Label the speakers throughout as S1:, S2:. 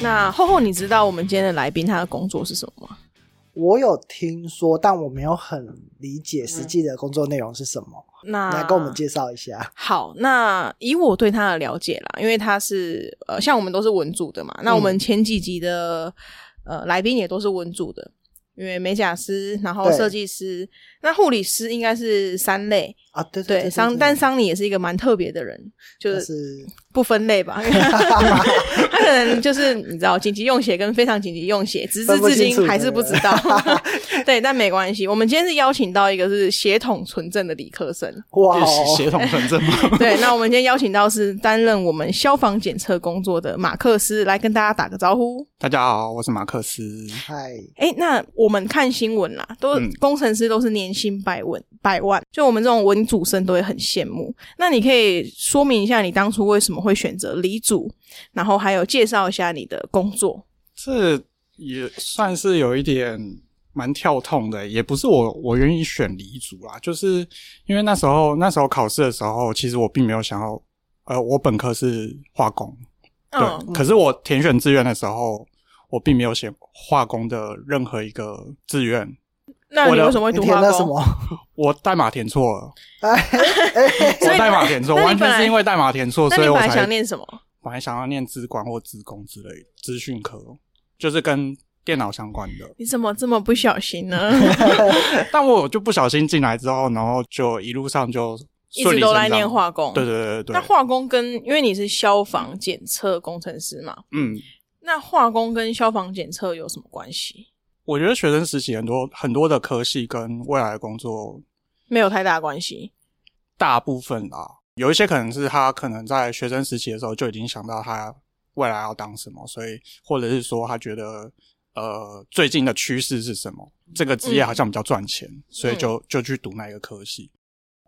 S1: 那厚厚，你知道我们今天的来宾他的工作是什么吗？
S2: 我有听说，但我没有很理解
S1: 嗯
S2: 实际的工作内容是什么。
S1: 那
S2: 你来跟我们介绍一下。
S1: 好，那以我对他的了解啦，因为他是呃，像我们都是文组的嘛，那我
S2: 嗯
S1: 们前几集的、呃来宾也都是文组的，因为美甲师，然后
S2: 对
S1: 设计师，那护理师应该是三类，
S2: 啊，对对
S1: 对，
S2: 对，
S1: 桑
S2: 对
S1: 但桑尼也是一个蛮特别的人，就
S2: 就是是
S1: 不分类 吧，因为他可能就是你知道紧急用血跟非常紧急用血，直至
S2: 分不
S1: 至
S2: 清楚
S1: 今还是不知道。 对，但没关系，我们今天是邀请到一个是血统纯正的理科生，
S2: 哇
S3: 这是
S2: 哦，
S3: 血统纯正吗？
S1: 对，那我们今天邀请到是担任我们消防检测工作的马克思来跟大家打个招呼。
S3: 大家好，我是马克思。
S2: 嗨，
S1: 哎，那我们看新闻啦，都、
S3: 嗯
S1: 工程师都是年薪百万百万，就我们这种文组生都会很羡慕。那你可以说明一下你当初为什么会选择理组，然后还有介绍一下你的工作。
S3: 这也算是有一点蛮跳痛的，也不是我我愿意选理组啦，就是因为那时候那时候考试的时候，其实我并没有想要，呃，我本科是化工，对，
S1: 嗯，
S3: 可是我填选志愿的时候，我并没有写化工的任何一个志愿，
S1: 那你
S3: 我的
S1: 为什么会
S2: 你
S1: 读
S2: 填
S1: 化
S2: 了什
S1: 工？
S2: 么？
S3: 我代码填错了，
S2: 哎 哎，
S1: 所以
S3: 我代码填错，
S1: 那你
S3: 完
S1: 本
S3: 全
S1: 来
S3: 是因为代码填错，
S1: 那
S3: 所
S1: 你
S3: 以
S1: 本
S3: 我
S1: 来
S3: 才
S1: 想念什么？。
S3: 本来想要念资管或资工之类资讯科，就是跟电脑相关的
S1: 你怎么这么不小心 呢？
S3: 但我就不小心进来之后，然后就一路上就
S1: 一
S3: 顺
S1: 直
S3: 理
S1: 都
S3: 成
S1: 在
S3: 章
S1: 念。化工。
S3: 对对对对
S1: 那
S3: 对，
S1: 化工跟因为你是消防检测工程师嘛，
S3: 嗯，
S1: 那化工跟消防检测有什么关系？
S3: 我觉得学生时期很多很多的科系跟未来的工作
S1: 没有太大关系。
S3: 大部分啦，有一些可能是他可能在学生时期的时候就已经想到他未来要当什么，所以或者是说他觉得呃最近的趋势是什么，这个职业好像比较赚钱，所以就就去读那一个科系。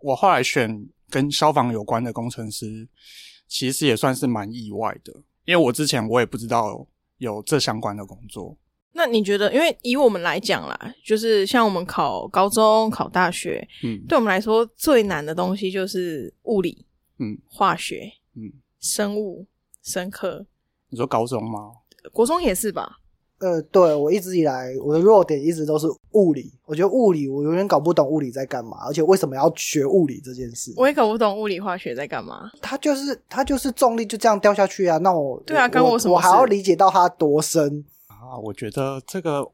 S3: 我后来选跟消防有关的工程师，其实也算是蛮意外的，因为我之前我也不知道有这相关的工作。
S1: 那你觉得，因为以我们来讲啦，就是像我们考高中、考大学，
S3: 嗯，
S1: 对我们来说最难的东西就是物理、
S3: 嗯、
S1: 化学、
S3: 嗯、
S1: 生物、生科，
S3: 你说高中吗？
S1: 国中也是吧？
S2: 呃，对我一直以来我的弱点一直都是物理，我觉得物理我永远搞不懂物理在干嘛，而且为什么要学物理这件事。
S1: 我也搞不懂物理化学在干嘛。
S2: 它就是它就是重力就这样掉下去啊，那我
S1: 对啊干我
S2: 我
S1: 什么
S2: 我还要
S1: 事
S2: 理解到它多深。
S3: 啊，我觉得这个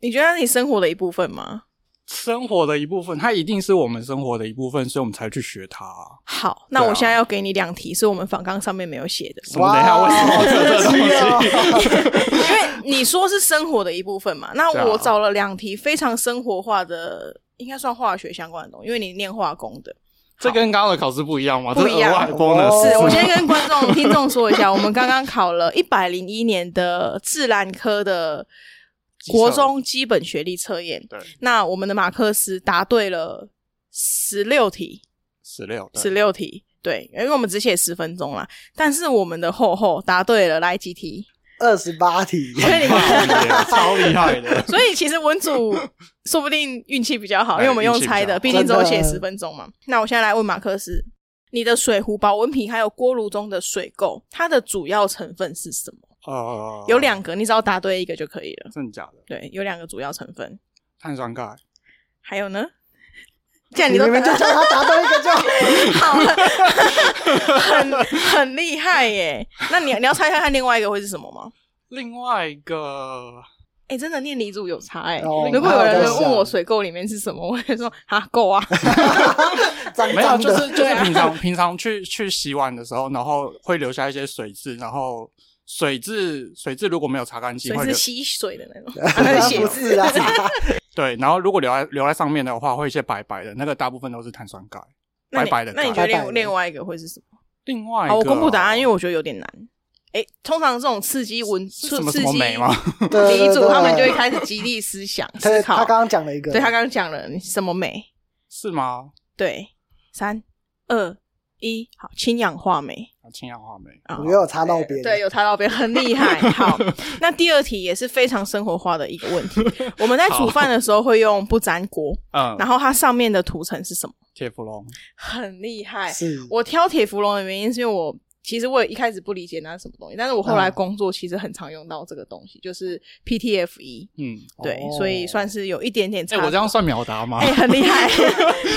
S1: 你觉得它是你生活的一部分吗？
S3: 生活的一部分，它一定是我们生活的一部分，所以我们才去学它、啊。
S1: 好，那我
S3: 对啊
S1: 现在要给你两题，是我们访纲上面没有写的。
S3: 什么？等一
S2: 哦
S3: 下，为什么这
S2: 神奇
S3: 东西？
S2: 哦
S1: 因为你说是生活的一部分嘛，那
S3: 对啊
S1: 我找了两题非常生活化的，应该算化学相关的东西，因为你念化工的。
S3: 这跟刚刚的考试不一样吗？
S1: 不
S3: 这
S1: 一样
S3: 额外
S2: 哦
S3: bonus
S1: 是我先跟观众、听众说一下，我们刚刚考了一百零一年的自然科的国中基本学历测验。
S3: 对
S1: 那我们的马克思答对了十六题，
S3: 十六
S1: 十六题，对，因为我们只写十分钟啦。但是我们的厚厚答对了，来几题？
S2: 二十八题，
S1: 所以你们
S3: 超厉害的。
S1: 所以其实文 组说不定运气比较好，因为我们用猜的，
S3: 哎
S1: 毕
S3: 运
S2: 气
S1: 竟
S2: 比
S1: 只
S2: 较
S1: 有
S2: 好
S1: 写
S2: 真
S1: 十
S2: 的
S1: 分钟嘛。那我现在来问马克思，你的水壶、保温瓶还有锅炉中的水垢，它的主要成分是什么？
S3: 呃，
S1: 有两个，你只要答对一个就可以了。
S3: 真的假的？
S1: 对，有两个主要成分，
S3: 碳酸钙，
S1: 还有呢？既然
S2: 你
S1: 你都
S2: 们就
S1: 答
S2: 叫他答对一个就好。
S1: 好 了，很很厉害耶！那你你要猜猜看另外一个会是什么吗？
S3: 另外一个
S1: 哎、真的念离组有差哎、
S2: 哦
S1: 如果有人
S2: 那我在想
S1: 问我水垢里面是什么， 我会说啊垢啊。
S2: 脏
S3: 没有，
S2: 脏
S3: 就
S2: 的，
S3: 是就
S1: 对
S3: 是
S1: 啊
S3: 平常平常去去洗碗的时候，然后会留下一些水渍，然后水渍水渍如果没有擦干净，
S1: 水
S3: 会
S1: 是
S3: 留
S1: 吸水的那 种，啊那是血
S2: 不是啊，
S3: 对，然后如果留在留在上面的话，会一些白白的，那个大部分都是碳酸钙。
S1: 那你
S3: 白白的
S1: 那你觉
S3: 钙
S1: 得
S2: 白白的
S1: 另另外一个会是什么？
S3: 另外一
S1: 好，
S3: 个哦，
S1: 我公布答案，因为我觉得有点难。哎，通常这种刺激文
S3: 是
S1: 刺
S3: 什么
S1: 刺
S3: 什么
S1: 激
S3: 美吗
S2: 对 对
S1: 鼻
S2: 对
S1: 祖他们就会开始激励思想
S2: 他
S1: 思
S2: 他
S1: 考。
S2: 刚刚讲了一个，
S1: 对他刚刚讲了你什么美？
S3: 是吗？
S1: 对，三二一，好，氢氧化镁。
S3: 啊氢氧化镁，
S1: 啊
S2: 我觉得有插到边
S1: 对，有查到边，很厉害。好，那第二题也是非常生活化的一个问题。我们在煮饭的时候会用不粘锅，
S3: 嗯，
S1: 然后它上面的涂层是什么？
S3: 铁氟龙，
S1: 很厉害，
S2: 是
S1: 我挑铁氟龙的原因是因为我其实我也一开始不理解那是什么东西，但是我后来
S2: 嗯
S1: 工作其实很常用到这个东西，就是 PTFE，
S3: 嗯，
S1: E 对，
S2: 哦
S1: 所以算是有一点点
S3: 哎、
S1: 差。
S3: 我这样算秒答吗？
S1: 哎、很厉 害，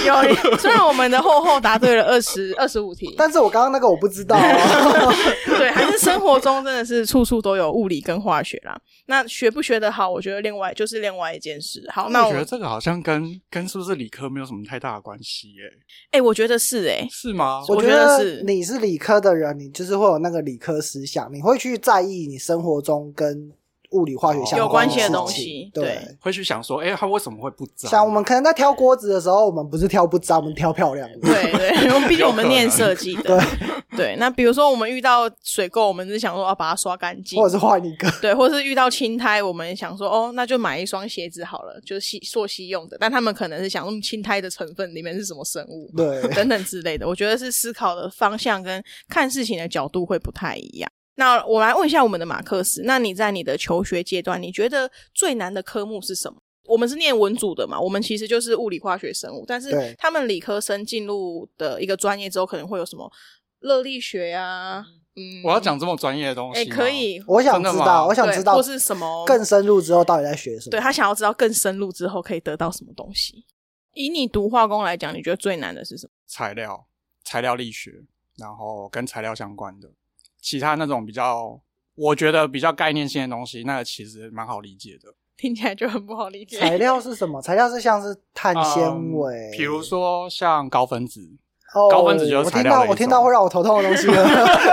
S1: 有。虽然我们的厚厚答对了二十二十五题，
S2: 但是我刚刚那个我不知道、 啊，
S1: 对，还是生活中真的是处处都有物理跟化学啦。那学不学得好，我觉得另外就是另外一件事。好，那
S3: 我
S1: 我
S3: 觉得这个好像跟跟是不是理科没有什么太大的关系耶、
S1: 哎、我觉得是哎、
S3: 是吗？
S1: 我
S2: 我
S1: 觉
S2: 觉
S1: 得是
S2: 得你是理科的人，你就是会有那个理科思想，你会去在意你生活中跟物理化学相
S1: 有
S2: 关
S1: 关系的
S2: 事
S1: 东
S2: 情
S1: 西对
S2: 对。
S3: 会去想说，哎、它为什么会不脏？
S2: 像我们可能在挑锅子的时候，我们不是挑不脏，我们挑漂亮的。
S1: 对对，因为毕竟我们念设计的，
S2: 对
S1: 对。那比如说我们遇到水垢，我们是想说要把它刷干净
S2: 或，者是换一个。
S1: 对，或是遇到青苔，我们想说哦，那就买一双鞋子好了，就是吸溯溪用的。但他们可能是想用青苔的成分里面是什么生物，
S2: 对，
S1: 等等之类的。我觉得是思考的方向跟看事情的角度会不太一样。那我来问一下我们的马克思，那你在你的求学阶段，你觉得最难的科目是什么？我们是念文组的嘛，我们其实就是物理、化学、生物，但是
S2: 对
S1: 他们理科生进入的一个专业之后，可能会有什么热力学啊，嗯，
S3: 我要，讲这么专业的东西
S1: 哎、
S3: 吗，
S1: 可以，
S2: 我想
S3: 真
S2: 知
S3: 的吗
S2: 道，我想知
S1: 对
S2: 道
S1: 或是什么
S2: 更深入之后到底在学什么。
S1: 对他想要知道更深入之后可以得到什么东西。以你读化工来讲，你觉得最难的是什么？
S3: 材料、材料力学，然后跟材料相关的，其他那种比较，我觉得比较概念性的东西，那个其实蛮好理解的。
S1: 听起来就很不好理解。
S2: 材料是什么？材料是像是碳纤维
S3: 嗯，比如说像高分子，
S2: 哦
S3: 高分子就是
S2: 我
S3: 材
S2: 听
S3: 料
S2: 到
S3: 的一种
S2: 我听到会让我头痛的东西了，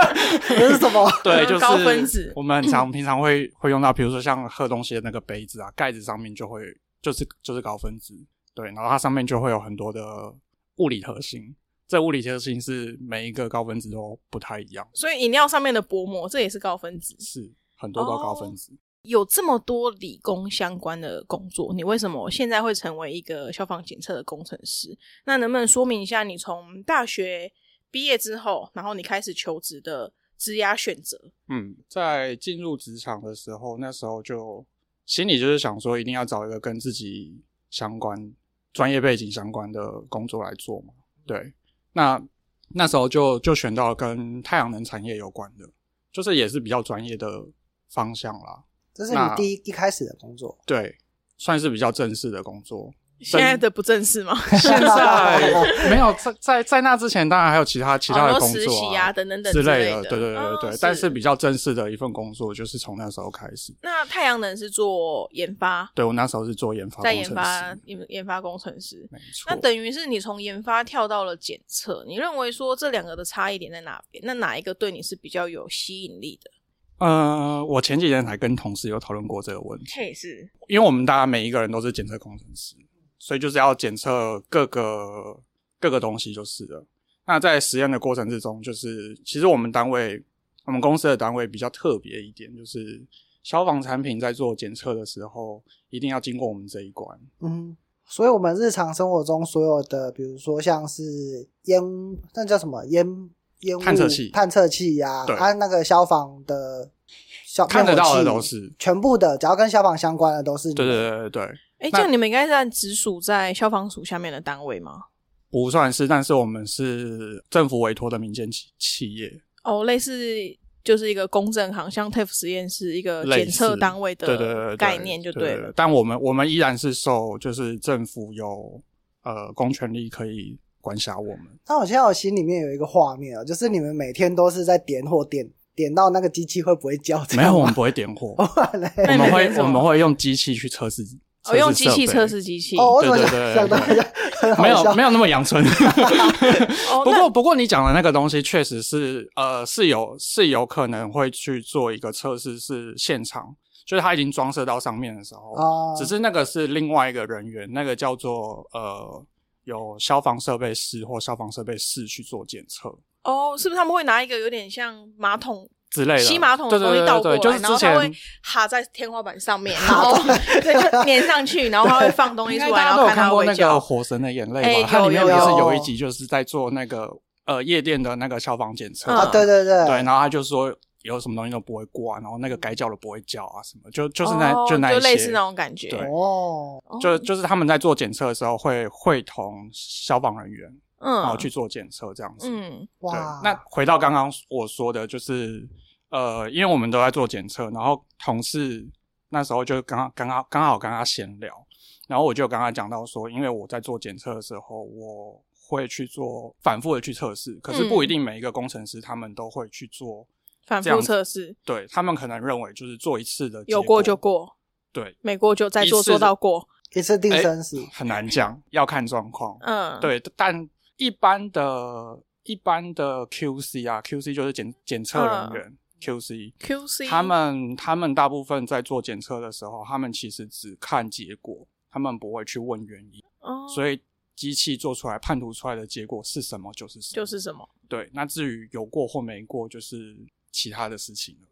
S2: 这是什么？
S3: 对，就是
S1: 高分子
S3: 我们很常平常会 会用到，比如说像喝东西的那个杯子啊，盖子上面就会就是就是高分子，对，然后它上面就会有很多的物理特性。这物理特性是每一个高分子都不太一样，
S1: 所以饮料上面的薄膜，这也是高分子。
S3: 是很多
S1: 哦
S3: 都高分子。
S1: 有这么多理工相关的工作，你为什么现在会成为一个消防检测的工程师？那能不能说明一下你从大学毕业之后，然后你开始求职的职涯选择？
S3: 嗯，在进入职场的时候，那时候就心里就是想说，一定要找一个跟自己相关、专业背景相关的工作来做嘛。对，那那时候就就选到了跟太阳能产业有关的，就是也是比较专业的方向啦。
S2: 这是你第一一开始的工作，
S3: 对，算是比较正式的工作。
S1: 现在的不正式啊吗？
S3: 现 在没有在在在那之前，当然还有其他其他
S1: 好
S3: 的
S1: 多
S3: 工
S1: 实
S3: 作
S1: 习啊，等等等
S3: 之
S1: 类
S3: 类的，对对对
S1: 哦
S3: 对对。但是比较正式的一份工作，就是从那时候开始。
S1: 那太阳能是做研发，
S3: 对我那时候是做研发
S1: 在
S3: 工
S1: 研
S3: 程
S1: 发
S3: 师，
S1: 研研发工程师。
S3: 没错。
S1: 那等于是你从研发跳到了检测，你认为说这两个的差异点在哪边？那哪一个对你是比较有吸引力的？
S3: 呃，我前几天才跟同事有讨论过这个问题，
S1: 这是
S3: 因为我们大家每一个人都是检测工程师，所以就是要检测各个各个东西就是了。那在实验的过程之中，就是其实我们单位，我们公司的单位比较特别一点，就是消防产品在做检测的时候，一定要经过我们这一关。
S2: 嗯。所以，我们日常生活中所有的，比如说像是烟，那叫什么烟烟雾
S3: 探测器
S2: 探测器呀、
S3: 对
S2: 按、那个消防的消
S3: 看得到的
S2: 灭火器
S3: 都是
S2: 全部的，只要跟消防相关的都是你
S3: 对
S2: 们
S3: 对对对对，
S1: 哎，
S3: 那
S1: 这样你们应该是按直属在消防署下面的单位吗？
S3: 不算是，但是我们是政府委托的民间企企业，
S1: 哦，类似就是一个公证行，像 TEF 实验室一个
S3: 类
S1: 检
S3: 似
S1: 测单位
S3: 对对对对
S1: 的概念就
S3: 对
S1: 了。
S3: 但我们我们依然是受就是政府有呃公权力可以管辖 我们。
S2: 那我现在我心里面有一个画面哦，就是你们每天都是在点火点点到那个机器会不会叫？这
S3: 没
S2: 样
S3: 有，我
S2: 吗
S3: 们不会点火，
S2: 不然 嘞
S1: 哦那
S3: 我
S1: 你
S3: 们
S1: 们
S3: 会
S1: 点什
S3: 我
S1: 么
S3: 们会用机器去测试。
S1: 哦，
S3: 测试
S1: 用机器
S3: 设备
S1: 测试机器。
S2: 哦，我怎么
S3: 对
S2: 想
S3: 对对
S2: 想到
S3: 对
S2: 很好
S3: 没有
S2: 笑
S3: 没有那么 阳春。
S1: 哦
S3: 不
S1: 那
S3: 过不过你讲的那个东西确实是呃是有是有可能会去做一个测试，是现场，就是它已经装设到上面的时
S1: 哦
S3: 候，
S2: 啊
S3: 只是那个是另外一个人员，那个叫做呃有消防设备师或消防设备室去做检测
S1: 哦，是不是他们会拿一个有点像马桶
S3: 之类的。
S1: 吸马桶的
S3: 对
S1: 东西
S3: 对
S1: 倒过来，
S3: 对对，就是
S1: 然后
S3: 之
S1: 它会
S3: 前。
S1: 哈在天花板上面，然后 对，就粘上去，然后它会放东西
S3: 应
S1: 出
S3: 该
S1: 来，然
S3: 大家
S1: 后
S3: 都有
S1: 看
S3: 看
S1: 它
S3: 过
S1: 会
S3: 那个《
S1: 叫。
S3: 火神的眼泪》
S1: 哎
S3: 吧？它
S1: 有
S3: 里面
S1: 有
S3: 不是
S2: 有
S3: 有一集就是在做那个呃夜店的那个消防检测
S1: 嗯
S2: 啊！对对对，
S3: 对，然后他就说有什么东西都不会过啊，然后那个该叫的不会叫啊，什么就就是那、
S1: 哦
S3: 就那一些
S1: 类似那种感觉。
S3: 对
S2: 哦，
S1: 哦
S3: 就就是他们在做检测的时候会会同消防人员，
S1: 嗯，
S3: 然后去做检测这样子。
S1: 嗯
S3: 对
S2: 哇，，
S3: 那回到刚刚我说的，就是呃，因为我们都在做检测，然后同事那时候就刚刚刚刚好跟他闲聊，然后我就跟他讲到说，因为我在做检测的时候，我会去做反复的去测试，可是不
S1: 嗯
S3: 一定每一个工程师他们都会去做，
S1: 反
S3: 这
S1: 复
S3: 样子
S1: 测试，
S3: 对他们可能认为就是做一次的结
S1: 有过就过，
S3: 对，
S1: 没过就再做，
S3: 一次
S1: 做到过。
S2: 一次定生死，
S3: 很难讲，要看状况。
S1: 嗯，，
S3: 对，但一般的、一般的 QC 啊，QC 就是检检测
S1: 嗯
S3: 人员、QC，
S1: QC
S3: 他们他们大部分在做检测的时候，他们其实只看结果，他们不会去问原因，
S1: 哦
S3: 所以机器做出来、判读出来的结果是什么就是什么，
S1: 就是什么？
S3: 对。那至于有过或没过，就是其他的事情了。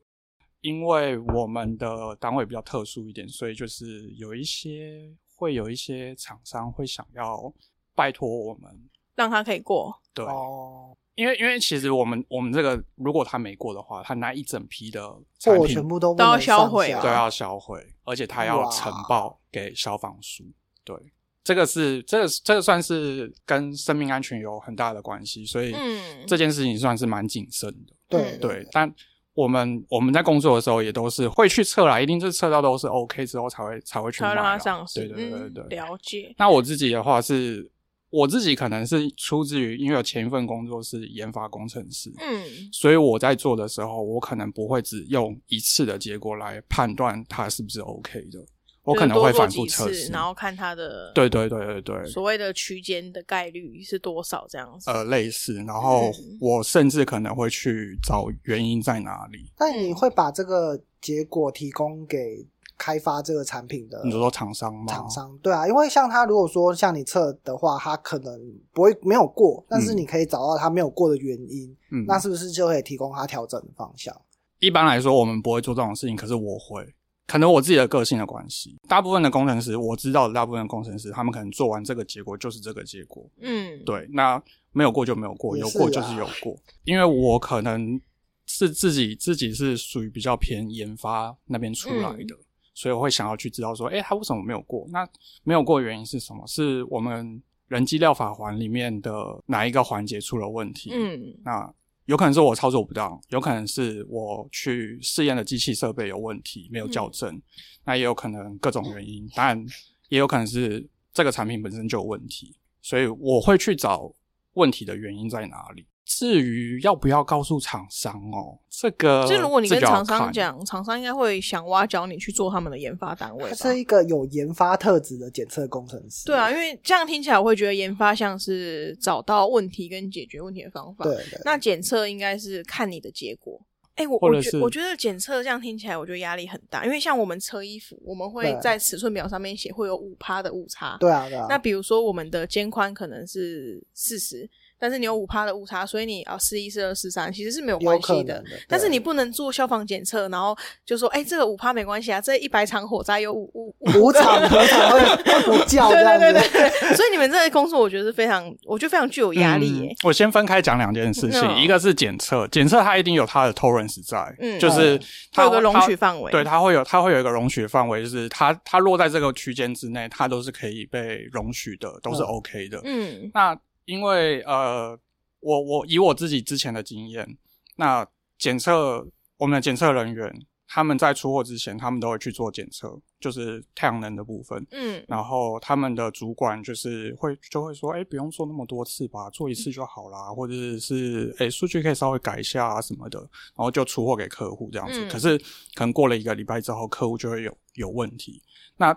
S3: 因为我们的单位比较特殊一点，所以就是有一些会有一些厂商会想要拜托我们，
S1: 让他可以过。
S3: 对，
S2: 哦，
S3: 因为因为其实我们我们这个如果他没过的话，他那一整批的产
S2: 货
S3: 品
S2: 全部都不
S1: 都要
S2: 能
S1: 销
S2: 上
S1: 毁
S2: 架
S1: 啊
S3: 都要销毁，而且他要
S2: 哇
S3: 呈报给消防署。对，这个是这个这个算是跟生命安全有很大的关系，所以
S1: 嗯
S3: 这件事情算是蛮谨慎的。
S2: 对
S3: 对，但我们我们在工作的时候也都是会去测啦，一定是测到都是 OK 之后才会才会去
S1: 才会让
S3: 卖
S1: 它
S3: 啦
S1: 上市。
S3: 对对对对对
S1: 嗯，了解。
S3: 那我自己的话是，我自己可能是出自于，因为我前一份工作是研发工程师，
S1: 嗯
S3: 所以我在做的时候，我可能不会只用一次的结果来判断它是不是 OK 的，我可能会反复
S1: 就是多
S3: 测
S1: 做几
S3: 试
S1: 次。然后看它的
S3: 对对对对对，
S1: 所谓的区间的概率是多少这样子。
S3: 呃，类似。然后
S1: 嗯
S3: 我甚至可能会去找原因在哪里。
S2: 那你会把这个结果提供给开发这个产品的
S3: 你
S1: 呃
S3: 说厂商吗？
S2: 厂商？对啊，因为像他如果说像你测的话，他可能不会没有过，但是
S3: 嗯
S2: 你可以找到他没有过的原因，
S3: 嗯，
S2: 那是不是就可以提供他调整的方向？
S3: 一般来说，我们不会做这种事情，可是我会，可能我自己的个性的关系。大部分的工程师，我知道的大部分的工程师，他们可能做完这个结果就是这个结果。
S1: 嗯，
S3: 对，那没有过就没有过，
S2: 也
S3: 有
S2: 是
S3: 过就是
S2: 啊
S3: 有过。因为我可能是自己自己是属于比较偏研发那边出来的，
S1: 嗯
S3: 所以我会想要去知道说，诶，他为什么没有过？那没有过的原因是什么？是我们人机料法环里面的哪一个环节出了问题？。
S1: 嗯
S3: 那有可能是我操作不当，有可能是我去试验的机器设备有问题，没有
S1: 嗯
S3: 校正，那也有可能各种原因，当然也有可能是这个产品本身就有问题，所以我会去找问题的原因在哪里。至于要不要告诉厂商哦，这个
S1: 就如果你跟
S3: 这就要
S1: 厂商
S3: 看，
S1: 讲，厂商应该会想挖角你去做他们的研发单位
S2: 他
S1: 吧？
S2: 是一个有研发特质的检测工程师。
S1: 啊对啊，因为这样听起来我会觉得研发像是找到问题跟解决问题的方法。
S3: 啊
S2: 对对，
S1: 那检测应该是看你的结果。哎、我
S3: 或
S1: 我
S3: 者
S1: 觉
S3: 是
S1: 我觉得检测这样听起来，我觉得压力很大，因为像我们测衣服，我们会
S2: 对
S1: 在尺寸表上面写会有五趴的误差。
S2: 对啊对啊，
S1: 那比如说我们的肩宽可能是四十，但是你有五趴的误差，所以你啊四一、四二、四三其实是没有
S2: 有
S1: 关
S2: 可
S1: 系
S2: 能
S1: 的。
S2: 对
S1: 但是你不能做消防检测，然后就说，哎、这个五趴没关系啊，这一百场火灾有五五 五
S2: 无偿无偿会会补觉这样
S1: 对对
S2: 子，
S1: 对对，所以你们这个工作，我觉得是非常，我觉得非常具有压力耶
S3: 嗯。我先分开讲两件事情，
S1: 嗯
S3: 一个是检测，检测它一定有它的 tolerance 在，
S1: 嗯
S3: 就是
S1: 它
S3: 它
S1: 有个容
S3: 它
S1: 许范围，
S3: 对，它会有它会有一个容许范围，就是它它落在这个区间之内，它都是可以被容许的，都是
S2: 嗯
S3: OK 的。
S1: 嗯
S3: 那因为呃，我我以我自己之前的经验，那检测我们的检测人员他们在出货之前，他们都会去做检测，就是太阳能的部分。
S1: 嗯
S3: 然后他们的主管就是会就会说，哎，不用做那么多次吧，做
S1: 嗯
S3: 一次就好啦，或者是哎数据可以稍微改一下啊什么的，然后就出货给客户这样子。
S1: 嗯
S3: 可是可能过了一个礼拜之后，客户就会有有问题。那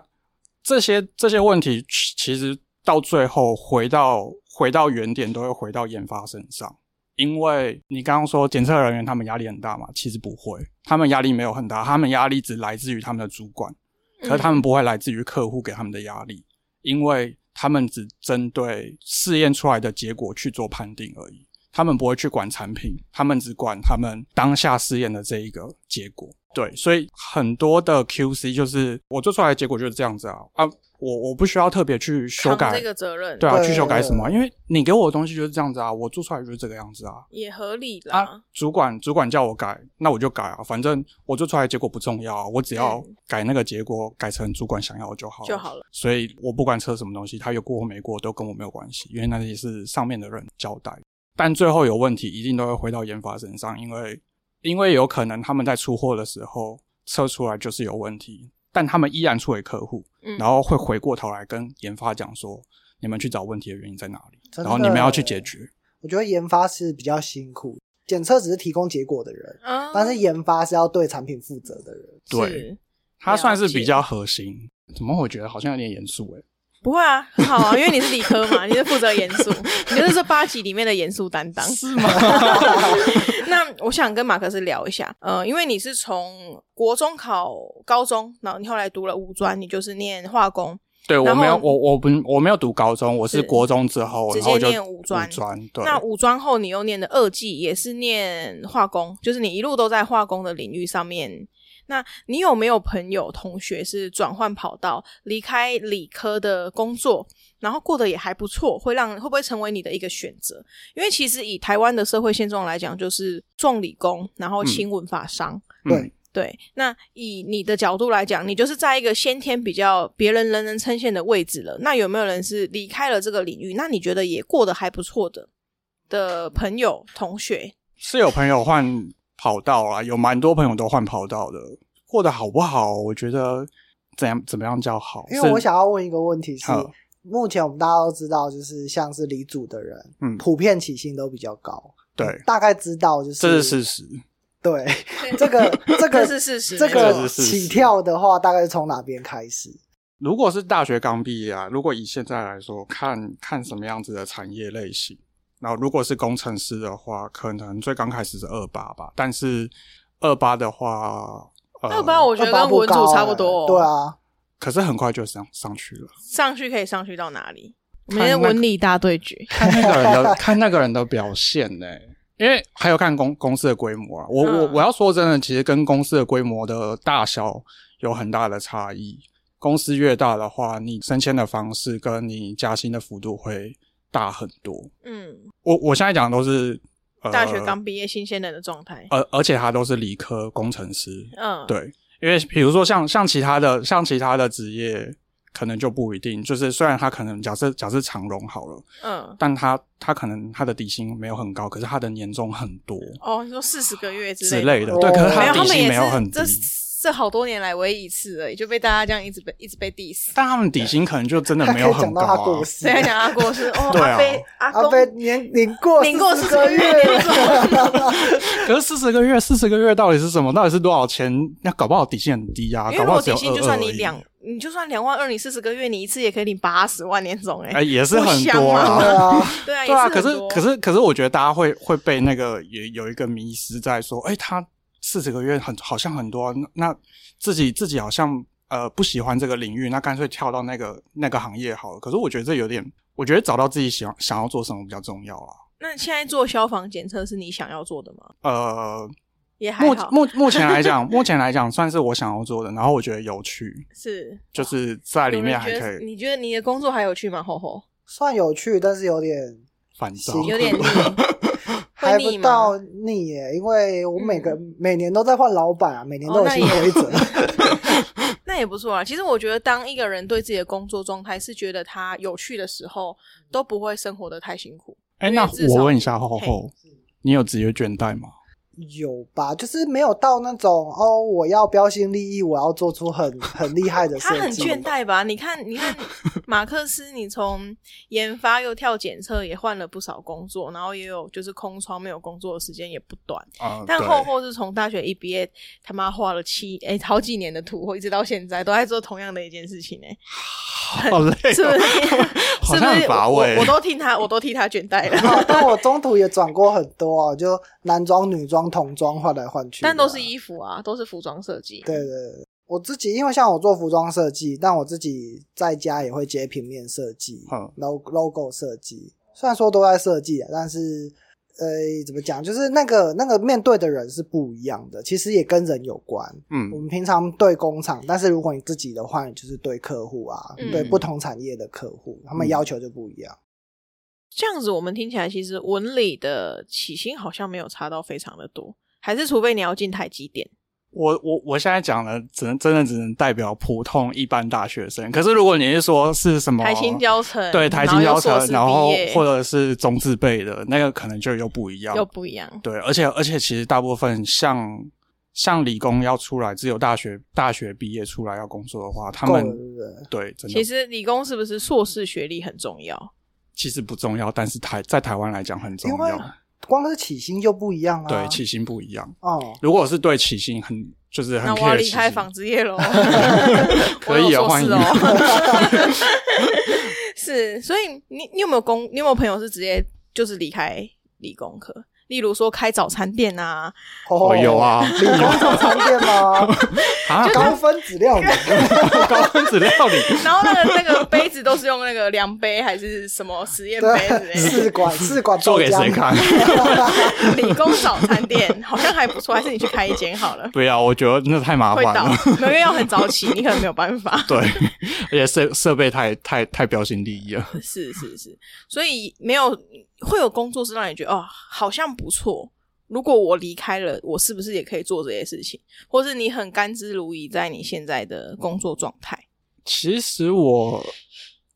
S3: 这些这些问题其其实到最后回到回到原点，都会回到研发身上。因为你刚刚说检测人员他们压力很大嘛，其实不会，他们压力没有很大，他们压力只来自于他们的主管。可是
S1: 嗯
S3: 他们不会来自于客户给他们的压力，因为他们只针对试验出来的结果去做判定而已，他们不会去管产品，他们只管他们当下试验的这一个结果。对，所以很多的 QC 就是我做出来的结果就是这样子啊啊，我我不需要特别去修
S1: 扛
S3: 改，
S1: 这个责任，
S3: 对啊，
S2: 对
S3: 去修改什么啊？因为你给我的东西就是这样子啊，我做出来就是这个样子啊。
S1: 也合理啦。
S3: 啊，主管主管叫我改，那我就改啊，反正我做出来的结果不重要啊，我只要
S1: 嗯
S3: 改那个结果，改成主管想要的就好
S1: 就好了。
S3: 所以我不管测什么东西，他有过或没过都跟我没有关系，因为那也是上面的人交代。但最后有问题，一定都会回到研发身上，因为因为有可能他们在出货的时候测出来就是有问题，但他们依然出给客户，
S1: 嗯
S3: 然后会回过头来跟研发讲说，你们去找问题的原因在哪里，
S2: 真的
S3: 然后你们要去解决。
S2: 我觉得研发是比较辛苦，检测只是提供结果的人，
S1: 啊
S2: 但是研发是要对产品负责的人。
S3: 对
S1: 是
S3: 它算是
S1: 了解
S3: 比较核心。怎么会觉得好像有点严肃欸诶？
S1: 不会啊，很好啊，因为你是理科嘛，你是负责严 肃，你就是这八集里面的严肃担当。
S3: 是吗？
S1: 那我想跟马克思聊一下，呃，因为你是从国中考高中，然后你后来读了五专，你就是念化工，
S3: 对我
S1: 然后
S3: 没有，我我不我没有读高中，我是
S1: 是
S3: 国中之后，
S1: 直
S3: 然后
S1: 接
S3: 就
S1: 念五专
S3: 对，
S1: 那五专后你又念的二技，也是念化工，就是你一路都在化工的领域上面。那你有没有朋友、同学是转换跑道，离开理科的工作，然后过得也还不错，会让会不会成为你的一个选择？因为其实以台湾的社会现状来讲，就是重理工，然后轻文法商。
S3: 嗯
S2: 对
S1: 对，那以你的角度来讲，你就是在一个先天比较别人人人称羡的位置了。那有没有人是离开了这个领域？那你觉得也过得还不错的的朋友、同学？
S3: 是有朋友换跑道啊，有蛮多朋友都换跑道的，过得好不好？我觉得怎样怎么样叫好？
S2: 因为
S3: 是
S2: 我想要问一个问题是
S3: 好，
S2: 目前我们大家都知道，就是像是理组的人，
S3: 嗯
S2: 普遍起薪都比较高，
S3: 对，
S2: 大概知道就是
S3: 这是事实。
S2: 对 这个这
S1: 这
S2: 个
S1: 是事实，
S2: 这
S1: 没
S2: 个
S1: 错
S3: 这是事实
S2: 起跳的话，大概是从哪边开始？
S3: 如果是大学刚毕业啊，如果以现在来说，看看什么样子的产业类型，然后如果是工程师的话，可能最刚开始是二八吧，但是二八的话，呃，
S1: 二八我觉得
S2: 二八
S1: 跟
S2: 不
S1: 文
S2: 高
S1: 组差
S2: 欸
S1: 不多、哦
S2: 对，啊，
S3: 可是很快就上上去了。
S1: 上去可以上去到哪里？我
S3: 看
S1: 们是
S3: 那个
S1: 文理大对决，
S3: 看那个人 的看那个人的表现呢、因为还有看公公司的规模啊。我我
S1: 嗯
S3: 我要说真的，其实跟公司的规模的大小有很大的差异。公司越大的话，你升迁的方式跟你加薪的幅度会大很多。
S1: 嗯，
S3: 我我现在讲的都是、呃、
S1: 大学刚毕业新鲜人的状态，
S3: 而而且他都是理科工程师，
S1: 嗯，，
S3: 呃对，因为比如说像像其他的像其他的职业，可能就不一定。就是虽然他可能假设假设长荣好了。
S1: 嗯，
S3: 但他他可能他的底薪没有很高，可是他的年终很多
S1: 哦，你说四十个月之
S3: 之
S1: 类的
S3: 类的，
S2: 哦
S3: 对，可是
S1: 没
S3: 他
S1: 有，
S3: 的
S1: 他
S3: 底
S1: 们也
S3: 薪
S1: 是
S3: 没有很低
S1: 这，这好多年来唯一一次而已，就被大家这样一直被一直被 diss。
S3: 但他们底薪可能就真的
S2: 他
S3: 没
S2: 可
S3: 有
S2: 以
S3: 很
S2: 讲
S3: 高
S2: 到他过
S3: 啊。
S2: 世
S1: 谁，在 讲阿郭是？哦，
S3: 对啊
S1: 阿飞、阿
S2: 阿
S1: 公、
S2: 贝年领过
S1: 领过
S2: 40
S1: 40
S2: 个
S1: 个
S2: 月
S1: 月
S2: 了，
S3: 可是四十个月，四十个月到底是什么？到底是多少钱？那搞不好底薪很低啊，
S1: 因为
S3: 搞
S1: 如
S3: 不
S1: 果
S3: 好
S1: 底
S3: 只有
S1: 薪就
S3: 22
S1: 算
S3: 而
S1: 你
S3: 已
S1: 两，你就算两万二，你四十个月，你一次也可以领八十万年终哎、
S3: 哎，也是
S1: 不
S3: 很
S1: 香
S3: 多
S1: 吗
S2: 对
S3: 啊。
S2: 啊，
S1: 对啊，
S3: 对啊，
S1: 也
S3: 可
S1: 很
S3: 是
S1: 多
S3: 可是可是，我觉得大家会会被那个有有一个迷失在说，哎，他四十个月很好像很多啊，那那自己自己好像呃不喜欢这个领域，那干脆跳到那个那个行业好了。可是我觉得这有点，我觉得找到自己想想要做什么比较重要啊。
S1: 那现在做消防检测是你想要做的吗？
S3: 呃，
S1: 也还
S3: 目
S1: 好，
S3: 目目前来讲，目前来讲算是我想要做的，然后我觉得有趣，
S1: 是
S3: 就是在里
S1: 有
S3: 面
S1: 人
S3: 还
S1: 觉
S3: 可
S1: 得
S3: 以
S1: 你觉得你的工作还有趣吗？吼 吼，
S2: 算有趣，但是有点
S3: 反照。
S2: 行
S1: 有点腻，
S2: 还
S1: 会
S2: 不
S1: 腻吗？嗯
S2: 到腻耶，因为我每个、每年都在换老板啊，每年
S1: 哦
S2: 都有
S1: 那
S2: 新
S1: 也
S2: 规则。
S1: 那也不错啊。其实我觉得，当一个人对自己的工作状态是觉得他有趣的时候，都不会生活的太辛苦。
S3: 哎，
S1: 因为
S3: 那
S1: 至
S3: 我
S1: 少
S3: 问一下厚
S1: 嘿
S3: 厚，你有职业倦怠吗？
S2: 有吧，就是没有到那种哦，我要标新立异，我要做出很很厉害的设
S1: 他很
S2: 计。
S1: 倦怠吧？你看，你看马克思，你从研发又跳检测，也换了不少工作，然后也有就是空窗没有工作的时间也不短。
S3: 啊，
S1: 但
S3: 对
S1: 厚厚是从大学一毕业，他妈画了七哎、好几年的图，一直到现在都在做同样的一件事情哎、
S3: 好累哦，
S1: 是不是？
S3: 好
S1: 是
S3: 像
S1: 不
S3: 很
S1: 是？
S3: 乏
S1: 我
S3: 味
S1: 我我都替他，我都替他倦 怠 了。
S2: 啊但我中途也转过很多啊，就男装、女装、童装换来换去的啊，
S1: 但都是衣服啊，都是服装设计。
S2: 对对对，我自己因为像我做服装设计，但我自己在家也会接平面设计
S3: 嗯、
S2: logo logo 设计。虽然说都在设计啊，但是呃，怎么讲？就是那个那个面对的人是不一样的，其实也跟人有关。
S3: 嗯
S2: 我，们平常对工厂，但是如果你自己的话，你就是对客户啊，
S1: 嗯
S2: 对不同产业的客户，他们
S3: 嗯
S2: 要求就不一样。
S1: 这样子我们听起来，其实文理的起薪好像没有差到非常的多，还是除非你要进台积电。
S3: 我我我现在讲的只能真的只能代表普通一般大学生，可是如果你是说是什么
S1: 台青教程，
S3: 对台青教程，然
S1: 然
S3: 后
S1: 后又硕士毕业
S3: 或者是中字辈的那个，可能就又不一样，
S1: 又不一样，
S3: 对，而且而且其实大部分像像理工要出来，只有大学大学毕业出来要工作的话，他
S2: 够了，
S3: 们
S2: 对不对？
S3: 对真的
S1: 其实理工是不是硕士学历很重要？
S3: 其实不重要，但是台在台湾来讲很重
S2: 因为啊
S3: 要，
S2: 光是起薪就不一样啊啦、
S3: 对起薪不一样。
S2: 哦，
S3: 如果是对起薪很就是很
S1: 那
S3: care
S1: 我要
S3: 起
S1: 离
S3: 薪
S1: 开纺织业喽，
S3: 可以啊
S1: 我有硕士
S3: 欢
S1: 哦。 是，所以你你有没有工？你有没有朋友是直接就是离开理工科？例如说开早餐店啊，
S3: 哦
S2: 哦
S3: 有，啊
S2: 理工早餐店吗？
S3: 啊
S2: 高分子料理，
S3: 高分子料理，
S1: 然后那个那个杯子都是用那个量杯还是什么实验杯之类
S2: 对，
S1: 的，
S2: 试 管试管
S3: 做
S2: 豆
S3: 给
S2: 浆
S3: 谁看？
S1: 理工早餐店好像还不错，还是你去开一间好 了。
S3: 不要，啊我觉得那太麻
S1: 会
S3: 烦
S1: 倒
S3: 了。，
S1: 没有因为要很早起，你可能没有办法。
S3: 对， 而且设设备太太太标新立异了。
S1: 是是是，所以没有会有工作是让你觉得哦，好像不错。如果我离开了，我是不是也可以做这些事情？或是你很甘之如饴在你现在的工作状态？
S3: 其实我，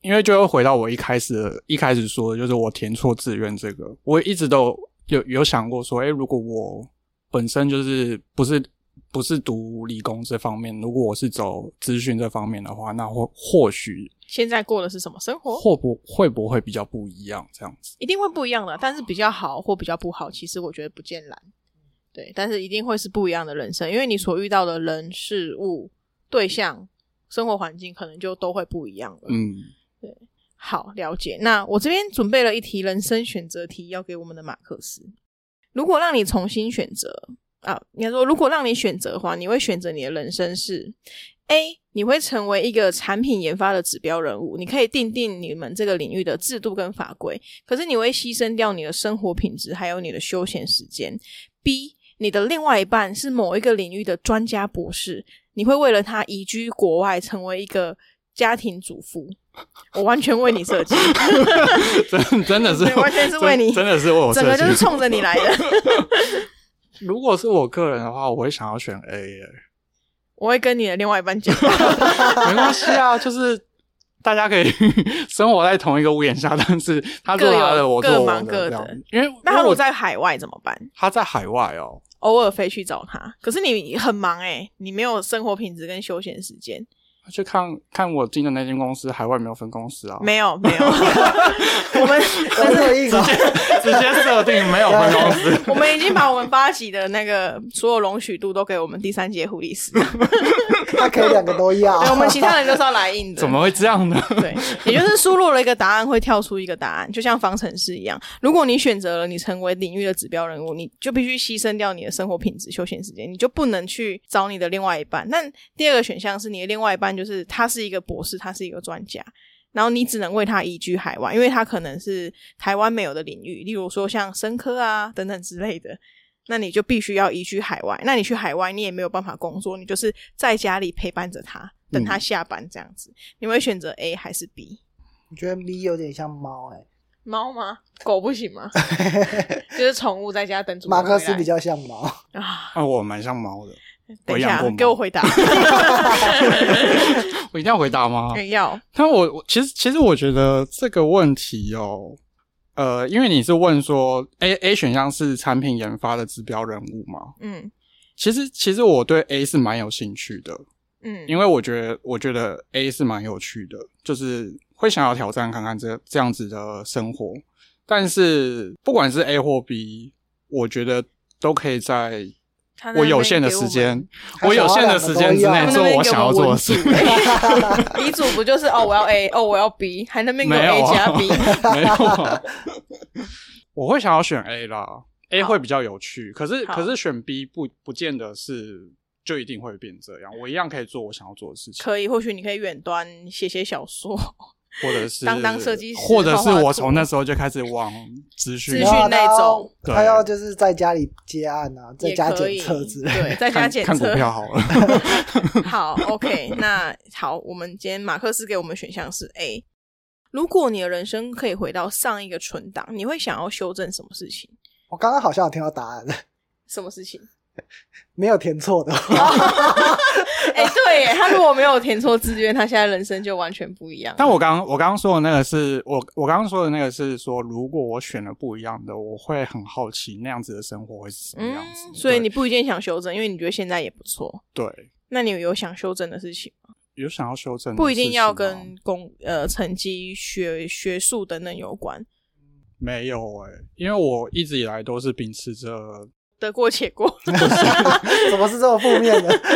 S3: 因为就又回到我一开始的一开始说的，就是我填错志愿这个，我一直都有有有想过说，哎、如果我本身就是不是不是读理工这方面，如果我是走资讯这方面的话，那或或许
S1: 现在过的是什么生活？
S3: 会不会不会比较不一样这样子？
S1: 一定会不一样的，啊但是比较好或比较不好，其实我觉得不见然。对，但是一定会是不一样的人生，因为你所遇到的人、事物、对象、生活环境，可能就都会不一样了。
S3: 嗯，
S1: 好，了解。那我这边准备了一题人生选择题，要给我们的马克思。如果让你重新选择啊，应该说，如果让你选择的话，你会选择你的人生是 A，你会成为一个产品研发的指标人物，你可以定定你们这个领域的制度跟法规，可是你会牺牲掉你的生活品质，还有你的休闲时间。B，你的另外一半是某一个领域的专家博士，你会为了他移居国外，成为一个家庭主妇。我完全为你设计，
S3: 真 真的是
S1: 对完全是为你
S3: 真真的是为 我
S1: 整个
S3: 设
S1: 就
S3: 计
S1: 是冲着你来 的。
S3: 如果是我个人的话，我会想要选 A 耶、
S1: 我会跟你的另外一半 讲，
S3: 没关系 啊，就是大家可以 生活在同一个屋檐下，但是他做他
S1: 各有
S3: 的，我
S1: 各
S3: 做我
S1: 忙
S3: 的，
S1: 各
S3: 这样
S1: 的。
S3: 因为
S1: 那
S3: 因
S1: 他
S3: 为
S1: 如果
S3: 我
S1: 在海外怎么办？
S3: 他在海外哦，
S1: 偶尔飞去找他，可是你很忙哎、你没有生活品质跟休闲时间，
S3: 去看看我进的那间公司，海外没有分公司啊，
S1: 没有没有， 我们。
S2: 真的硬哦，
S3: 直接设定没有分公司
S1: 我们已经把我们八级的那个所有容许度都给我们第三届护理师，对，
S2: 他可以两个都要。
S1: 我们其他人都是要来硬的。
S3: 怎么会这样呢？
S1: 对，也就是输入了一个答案，会跳出一个答案，就像方程式一样。如果你选择了你成为领域的指标人物，你就必须牺牲掉你的生活品质、休闲时间，你就不能去找你的另外一半。但第二个选项是你的另外一半，就是他是一个博士，他是一个专家。然后你只能为他移居海外，因为他可能是台湾没有的领域，例如说像生科啊等等之类的，那你就必须要移居海外。那你去海外，你也没有办法工作，你就是在家里陪伴着他，等他下班这样子。你会选择 A 还是 B？
S2: 我觉得 V 有点像猫哎、
S1: 猫吗？狗不行 吗？就是宠物在家等主人
S2: 马克
S1: 回
S2: 思
S1: 来
S2: 比较像猫，
S1: 啊。
S3: 啊，我蛮像猫的，
S1: 等一
S3: 我养
S1: 下
S3: 过，猫
S1: 给我 回答。
S3: 我一定要回答吗？
S1: 要
S3: 但我我其实其实我觉得这个问题哦，呃，因为你是问说 A A 选项是产品研发的指标人物嘛，
S1: 嗯
S3: 其实其实我对 A 是蛮有兴趣的，
S1: 嗯，
S3: 因为我觉得，我觉得 A 是蛮有趣的，就是会想要挑战看看这这样子的生活。但是不管是 A 或 B，我觉得都可以在
S1: 他在那
S3: 我
S1: 边
S3: 有限的
S1: 给我
S3: 时
S1: 们
S3: 间，
S2: 我
S3: 我有限的时间之
S2: 他
S3: 内
S2: 们
S3: 做我想要做的事。
S1: 遗嘱不就是哦，我要 A，哦，我要 B，还能不能给我
S3: 没有
S1: A 加
S3: 啊
S1: B？
S3: 没有啊，我会想要选 A 啦，A 会比较有趣。可是
S1: 好
S3: 可是选 B 不不见得是就一定会变这样，我一样可以做我想要做的事情。
S1: 可以，或许你可以远端写写小说，
S3: 或者是
S1: 当当设计师
S3: 或者是
S1: 画画
S3: 我
S1: 图
S3: 从那时候就开始往资讯
S1: 资
S2: 然后
S1: 讯那
S2: 啊他要
S1: 种
S2: 他
S3: 对
S2: 要就是在家里接案啊，在
S1: 也
S2: 家
S1: 可
S2: 检
S1: 以
S2: 测之类的。
S1: 对，在家
S3: 看
S1: 检
S3: 看股
S1: 测。
S3: 票好了。
S1: 好，OK，那好，我们今天马克思给我们选项是 A。如果你的人生可以回到上一个存档，你会想要修正什么事情？
S2: 我刚刚好像有听到答案，
S1: 什么事情？
S2: 没有填错 的话。
S1: 哎、对耶，他如果没有填错志愿，他现在人生就完全不一样。
S3: 但我刚我刚刚说的那个是我我刚刚说的那个是说，如果我选了不一样的，我会很好奇那样子的生活会是什么样子。
S1: 嗯，所以你不一定想修正，因为你觉得现在也不错。
S3: 对对
S1: 那你有想修正的事情吗？
S3: 有想要修正的事情吗，啊
S1: 不一定要跟工呃成绩、学学术等等有关，
S3: 没有哎、因为我一直以来都是秉持着
S1: 得过且过。
S2: 怎么是这么负面的？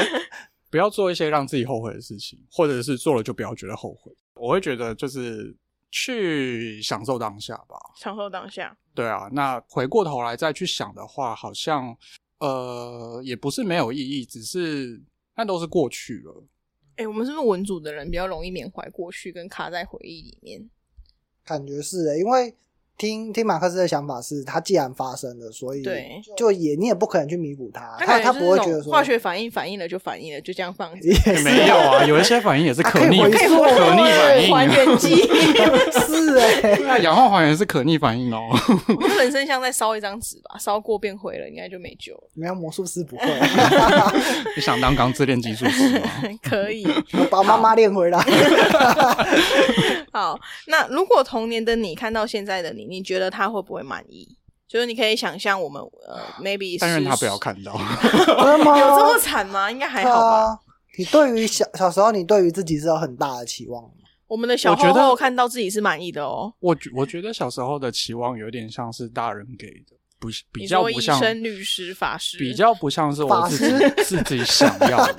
S3: 不要做一些让自己后悔的事情，或者是做了就不要觉得后悔。我会觉得就是去享受当下吧。
S1: 享受当下，
S3: 对啊，那回过头来再去想的话，好像呃也不是没有意义，只是那都是过去了。
S1: 哎、我们是不是文组的人比较容易缅怀过去，跟卡在回忆里面？
S2: 感觉是欸、因为听听马克思的想法是，他既然发生了，所以
S1: 对
S2: 就也你也不可能去弥补他，他
S1: 感
S2: 啊他
S1: 觉就是那
S2: 不会觉
S1: 种
S2: 得说
S1: 化学反应反应了就反应了，就这样放 哎
S2: 也是
S3: 没有啊，有一些反应也是
S2: 啊
S3: 可逆，
S2: 可以回溯
S3: 可逆反
S1: 还
S3: 应。啊
S1: 原机，
S2: 是 哎、
S3: 对啊，氧化还原是可逆反应哦。
S1: 我觉得人生像在烧一张纸吧，烧过变灰了，应该就没救了。
S2: 没有魔术师不会，
S3: 你想当钢之炼金术师 吗？
S1: 可以，
S2: 我把妈妈练回来。
S1: 好，那如果童年的你看到现在的你，你觉得他会不会满意？就是你可以想象我们呃，maybe
S3: 但愿
S1: 是
S3: 他不要看到。
S2: 真的 吗？
S1: 有这么惨吗？应该还好吧。
S2: 啊？你对于小小时候，你对于自己是有很大的期望的吗
S1: 我们的小
S3: 我觉
S1: 厚
S3: 得
S1: 厚看到自己是满意的哦。
S3: 我觉我觉得小时候的期望有点像是大人给的，不是比
S1: 你
S3: 较
S1: 说
S3: 不
S1: 医
S3: 像
S1: 生、律师、法师，
S3: 比较不像是我自己自己想要的，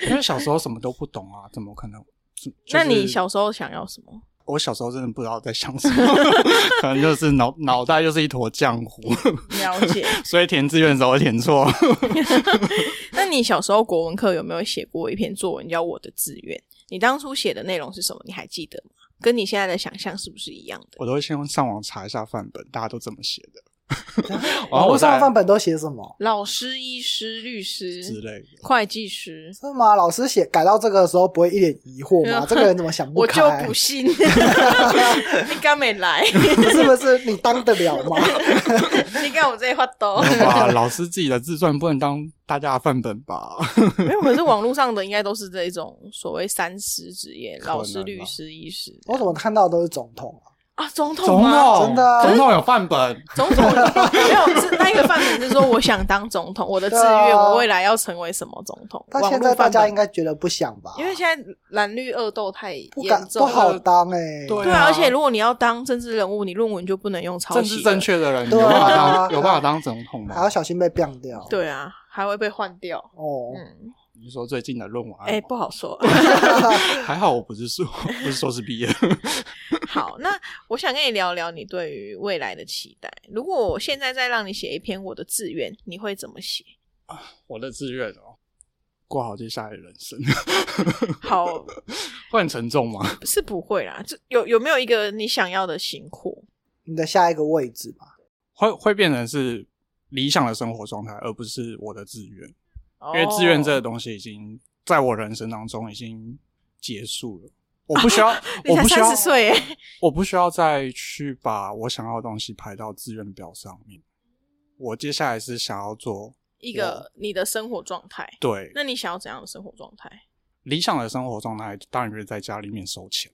S3: 因为小时候什么都不懂啊，怎么可能？就
S1: 那
S3: 就是
S1: 你小时候想要什么？
S3: 我小时候真的不知道在想什么， 可能就是脑脑袋就是一坨浆糊，
S1: 了解。
S3: 所以填志愿的时候填错。
S1: 那你小时候国文课有没有写过一篇作文叫《我的志愿》？你当初写的内容是什么？你还记得吗？跟你现在的想象是不是一样的？
S3: 我都会先上网查一下范本，大家都这么写的，然
S2: 网络
S3: 后哦我
S2: 哦上的
S3: 再
S2: 范本都写什么？
S1: 老师、医师、律师
S3: 之类的。
S1: 会计师，
S2: 是吗？老师写改到这个的时候不会一脸疑惑 吗？这个人怎么想不
S1: 我
S2: 开？
S1: 就不信， 你敢没来？
S2: 是不是你当得了吗？
S1: 你看我这话都
S3: 没有吧，老师自己的自传不能当大家的范本吧？
S1: 没有。可是网络上的应该都是这一种所谓三师职业，
S3: 可能
S1: 老师、
S3: 吧
S1: 律师、医师
S2: 我怎么看到都是总统啊？
S1: 啊，总
S3: 总
S1: 统吗？
S3: 统
S2: 真的啊
S3: 总统有范本，
S1: 总统没有是那一个范本是说，我想当总统，我的志
S2: 对啊
S1: 愿，我未来要成为什么总 统？
S2: 但现
S1: 网络
S2: 在大
S1: 范
S2: 家
S1: 本
S2: 应该觉得不想吧？
S1: 因为现在蓝绿恶斗太
S2: 不
S1: 严
S2: 敢
S1: 重
S2: 不
S1: 了，
S2: 好当哎、
S3: 对
S1: 对
S3: 啊
S1: 啊，而且如果你要当政治人物，你论文就不能用抄
S3: 政
S1: 袭
S3: 治
S1: 的，
S3: 正确的人有
S2: 对啊
S3: 办法当有办法当总统吗
S2: 还？要小心被变掉。
S1: 对啊，还会被换掉。
S2: 哦，
S1: 嗯，
S3: 你说最近的论文案
S1: 哎、
S3: 吗，
S1: 不好说。
S3: 还好我不是硕， 不是硕士毕业。
S1: 好，那我想跟你聊聊你对于未来的期待。如果我现在再让你写一篇我的志愿，你会怎么 写？
S3: 我的志愿哦，过好接下来的人生，
S1: 好，
S3: 会很沉重吗？
S1: 是不会啦。这有有没有一个你想要的型库？
S2: 你的下一个位置嘛，
S3: 会会变成是理想的生活状态，而不是我的志愿，
S1: 因
S3: 因为志
S1: 哦
S3: 愿这个东西已经在我人生当中已经结束了。我不需要，
S1: 哦 你
S3: 我
S1: 才
S3: 不需要
S1: 三十，岁耶，
S3: 我不需要再去把我想要的东西排到志愿表上面。我接下来是想要做
S1: 一个你的生活状态。
S3: 对
S1: 那你想要怎样的生活状态？
S3: 理想的生活状态，当然就是在家里面收钱。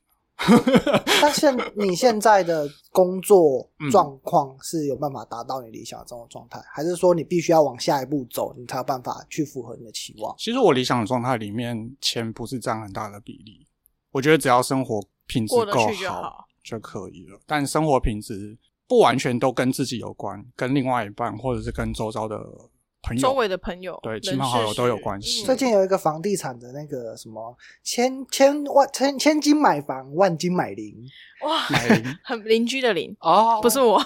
S2: 但现 你现在的工作
S3: 嗯
S2: 状况是有办法达到你理想的这种状态，还是说你必须要往下一步走，你才有办法去符合你的期望？
S3: 其实我理想的状态里面，钱不是占很大的比例。我觉得只要生活品质
S1: 过得
S3: 够
S1: 去就
S3: 好
S1: 好
S3: 就可以了。但生活品质不完全都跟自己有关，跟另外一半或者是跟周遭的朋友、
S1: 周围的朋友、
S3: 对
S1: 人
S3: 亲朋好友
S1: 事
S3: 都有
S1: 时
S3: 关系
S2: 最近有一个房地产的那个什么千千万千千金买房，万金买邻，
S1: 哇，
S3: 买 邻
S1: 很邻居的邻，
S3: 哦
S1: 不是 我，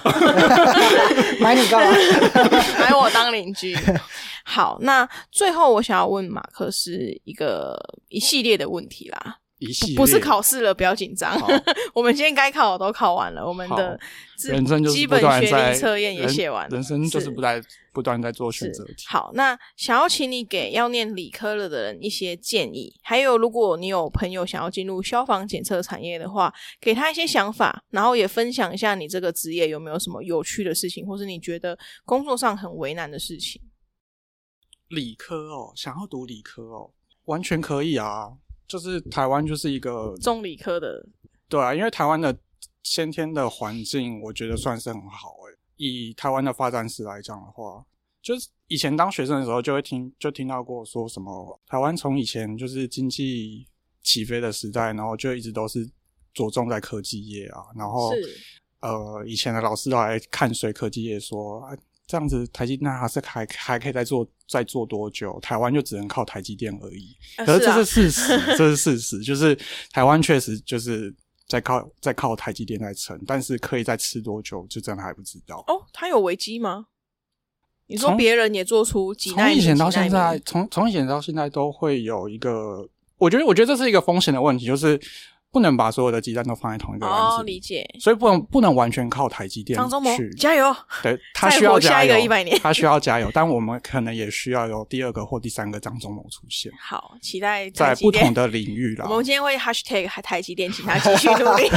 S2: 买你干嘛？
S1: 买我当邻居。 好，那最后我想要问马克思一个一系列的问题啦。
S3: 一系列
S1: 不是考试了，不要紧张
S3: 好。
S1: 我们今天该考的都考完了，我们的
S3: 好
S1: 自
S3: 人生就是
S1: 基
S3: 不
S1: 本
S3: 断
S1: 学
S3: 在
S1: 历测验也
S3: 人
S1: 写完了
S3: 人生就是不断不断在做选
S1: 是
S3: 择题。
S1: 好，那想要请你给要念理科了的人一些建议，还有如果你有朋友想要进入消防检测产业的话，给他一些想法，然后也分享一下你这个职业有没有什么有趣的事情，或是你觉得工作上很为难的事情。
S3: 理科哦，想要读理科哦，完全可以啊。就是台湾就是一个
S1: 中理科的
S3: 对啊，因为台湾的先天的环境，我觉得算是很好诶、以台湾的发展史来讲的话，就是以前当学生的时候，就会听就听到过说什么台湾从以前就是经济起飞的时代，然后就一直都是着重在科技业啊，然后
S1: 是
S3: 呃，以前的老师都还看衰科技业说，啊、这样子台积那还是还还可以再做再做多久？台湾就只能靠台积电而已。
S1: 啊
S3: 可是
S1: 是
S3: 这
S1: 啊
S3: 是事实， 这是事实，就是台湾确实就是在靠在靠台积电在撑，但是可以再吃多久，就真的还不知道。
S1: 哦，他有危机吗？你说
S3: 从
S1: 别人也做出几
S3: 从
S1: 奈米
S3: 以前到
S1: 几奈米
S3: 现在，从从以前到现在都会有一个，我觉得我觉得这是一个风险的问题，就是不能把所有的鸡蛋都放在同一个篮
S1: 哦
S3: 子，里，
S1: 理解。
S3: 所以不能不能完全靠台积电
S1: 张忠谋
S3: 去
S1: 加油！
S3: 对 他
S1: 再
S3: 需要
S1: 活下
S3: 加
S1: 一
S3: 油，
S1: 个100年
S3: 他需要加油，但我们可能也需要有第二个或第三个张忠谋出现，
S1: 好，期待台
S3: 在
S1: 积
S3: 不
S1: 电
S3: 同的领域啦
S1: 我。们今天会 hashtag 台积电，请他 继续努力，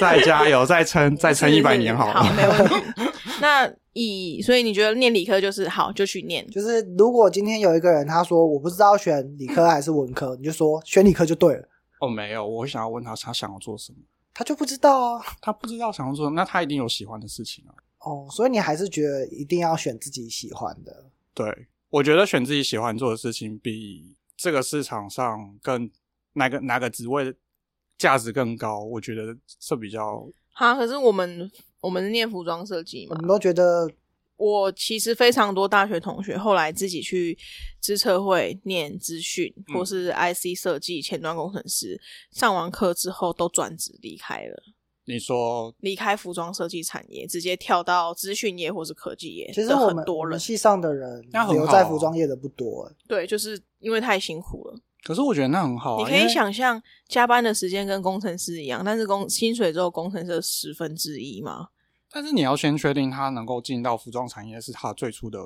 S3: 再加油，再 撑，再撑
S1: 是
S3: 一百年好
S1: 好
S3: 了。
S1: 没问题。 那以所以你觉得念理科就是好，就去念，
S2: 就是如果今天有一个人他说我不知道选理科还是文科，你就说选理科就对了，
S3: 哦，没有，我想要问他，他想要做什么？
S2: 他就不知道啊。
S3: 他不知道想要做什么，那他一定有喜欢的事情啊。
S2: 哦，所以你还是觉得一定要选自己喜欢的。
S3: 对，我觉得选自己喜欢做的事情，比这个市场上更哪个哪个职位价值更高，我觉得是比较
S1: 哈，可是我们我们是念服装设计
S2: 我
S1: 嘛
S2: 们，都觉得
S1: 我其实非常多大学同学后来自己去资策会念资讯，
S3: 嗯
S1: 或是 IC 设计、前端工程师，上完课之后都转职离开了，
S3: 你说
S1: 离开服装设计产业，直接跳到资讯业或是科技业的很多
S2: 其
S1: 人。
S2: 实我们我们系上的人
S3: 那很好啊哦
S2: 留在服装业的不多、欸
S1: 对，就是因为太辛苦了。
S3: 可是我觉得那很好、啊，
S1: 你可以
S3: 因为
S1: 想象加班的时间跟工程师一样，但是工薪水只有工程师的十分之一嘛？
S3: 但是你要先确定他能够进到服装产业是他最初的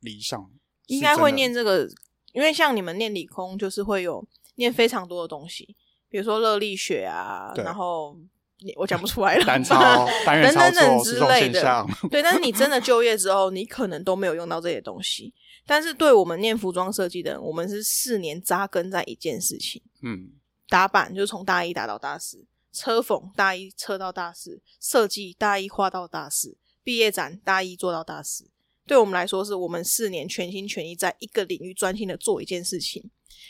S3: 理想，
S1: 应该会念
S3: 是
S1: 这个，因为像你们念理工，就是会有念非常多的东西，比如说热力学啊，
S3: 对
S1: 然后你我讲不出来 了，
S3: 真 的单超单元
S1: 等
S3: 操
S1: 等等
S3: 作
S1: 之
S3: 这种
S1: 类
S3: 现
S1: 的
S3: 象，。
S1: 对，但是你真的就业之后，你可能都没有用到这些东西。但是对我们念服装设计的人，我们是四年扎根在一件事情。
S3: 嗯，
S1: 打板就是从大一打到大四，车缝大一车到大四，设计大一画到大四，毕业展大一做到大四。对我们来说，是我们四年全心全意在一个领域专心的做一件事情，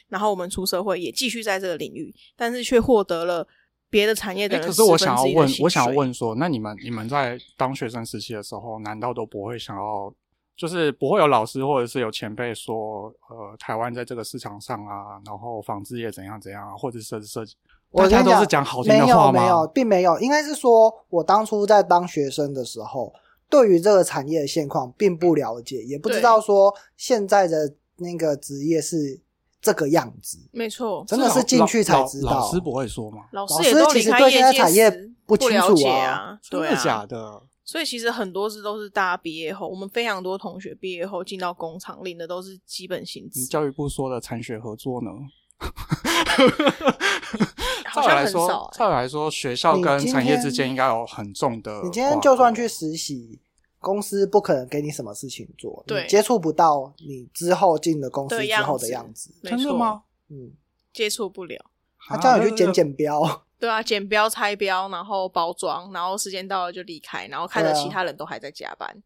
S1: 然后我们出社会也继续在这个领域，但是却获得了别的产业的
S3: 诶
S1: 人、
S3: 可是我想要问，我想要，问说，那你们你们在当学生时期的时候，难道都不会想要，就是不会有老师或者是有前辈说，呃，台湾在这个市场上啊，然后纺织业怎样怎样啊，或者设设计，
S2: 我
S3: 大
S2: 跟你
S3: 家都
S2: 讲，
S3: 是讲好听的
S2: 没有
S3: 话
S2: 没有，
S3: 吗？
S2: 并没有，应该是说我当初在当学生的时候，对于这个产业的现况并不了解，也不知
S1: 对
S2: 道说现在的那个职业是这个样子。
S1: 没错，
S2: 真的是
S3: 老
S2: 进去才
S3: 老
S2: 知
S3: 老
S2: 道
S3: 师不会说吗？
S1: 老
S2: 老
S1: 也
S2: 师
S1: 都
S2: 其
S1: 离
S2: 实
S1: 开
S2: 对
S1: 业
S2: 现在
S1: 界
S2: 产业
S1: 时
S2: 不
S1: 不
S2: 清
S1: 了
S2: 楚
S1: 解
S2: 啊
S1: 啊，
S3: 真
S1: 对
S3: 的
S1: 啊，
S3: 假的？
S1: 所以其实很多事都是大家毕业后，我们非常多同学毕业后进到工厂领的都是基本薪
S3: 嗯
S1: 资，
S3: 教育部说的产学合作呢？
S1: 好
S3: 照理
S1: 像
S3: 来
S1: 很少
S3: 说，
S1: 欸、
S3: 照理来说，学校
S2: 你
S3: 跟
S2: 今
S3: 产业
S2: 天
S3: 之间应该有很重的。
S2: 你今天就
S3: 啊
S2: 算去，实习，公司不可能给你什么事情做，
S1: 对
S2: 你接触不到你之后进了公司
S1: 的
S2: 之
S1: 样
S2: 后的
S1: 子
S2: 样子。
S1: 没
S3: 真的
S1: 错
S3: 吗？？
S2: 嗯，
S1: 接触不了。
S2: 他叫你
S3: 啊
S2: 去剪，剪标，
S1: 对啊，剪标、拆标，然后包装，然后时间到了就离开，然后看着
S2: 对啊
S1: 其他人都还在加班，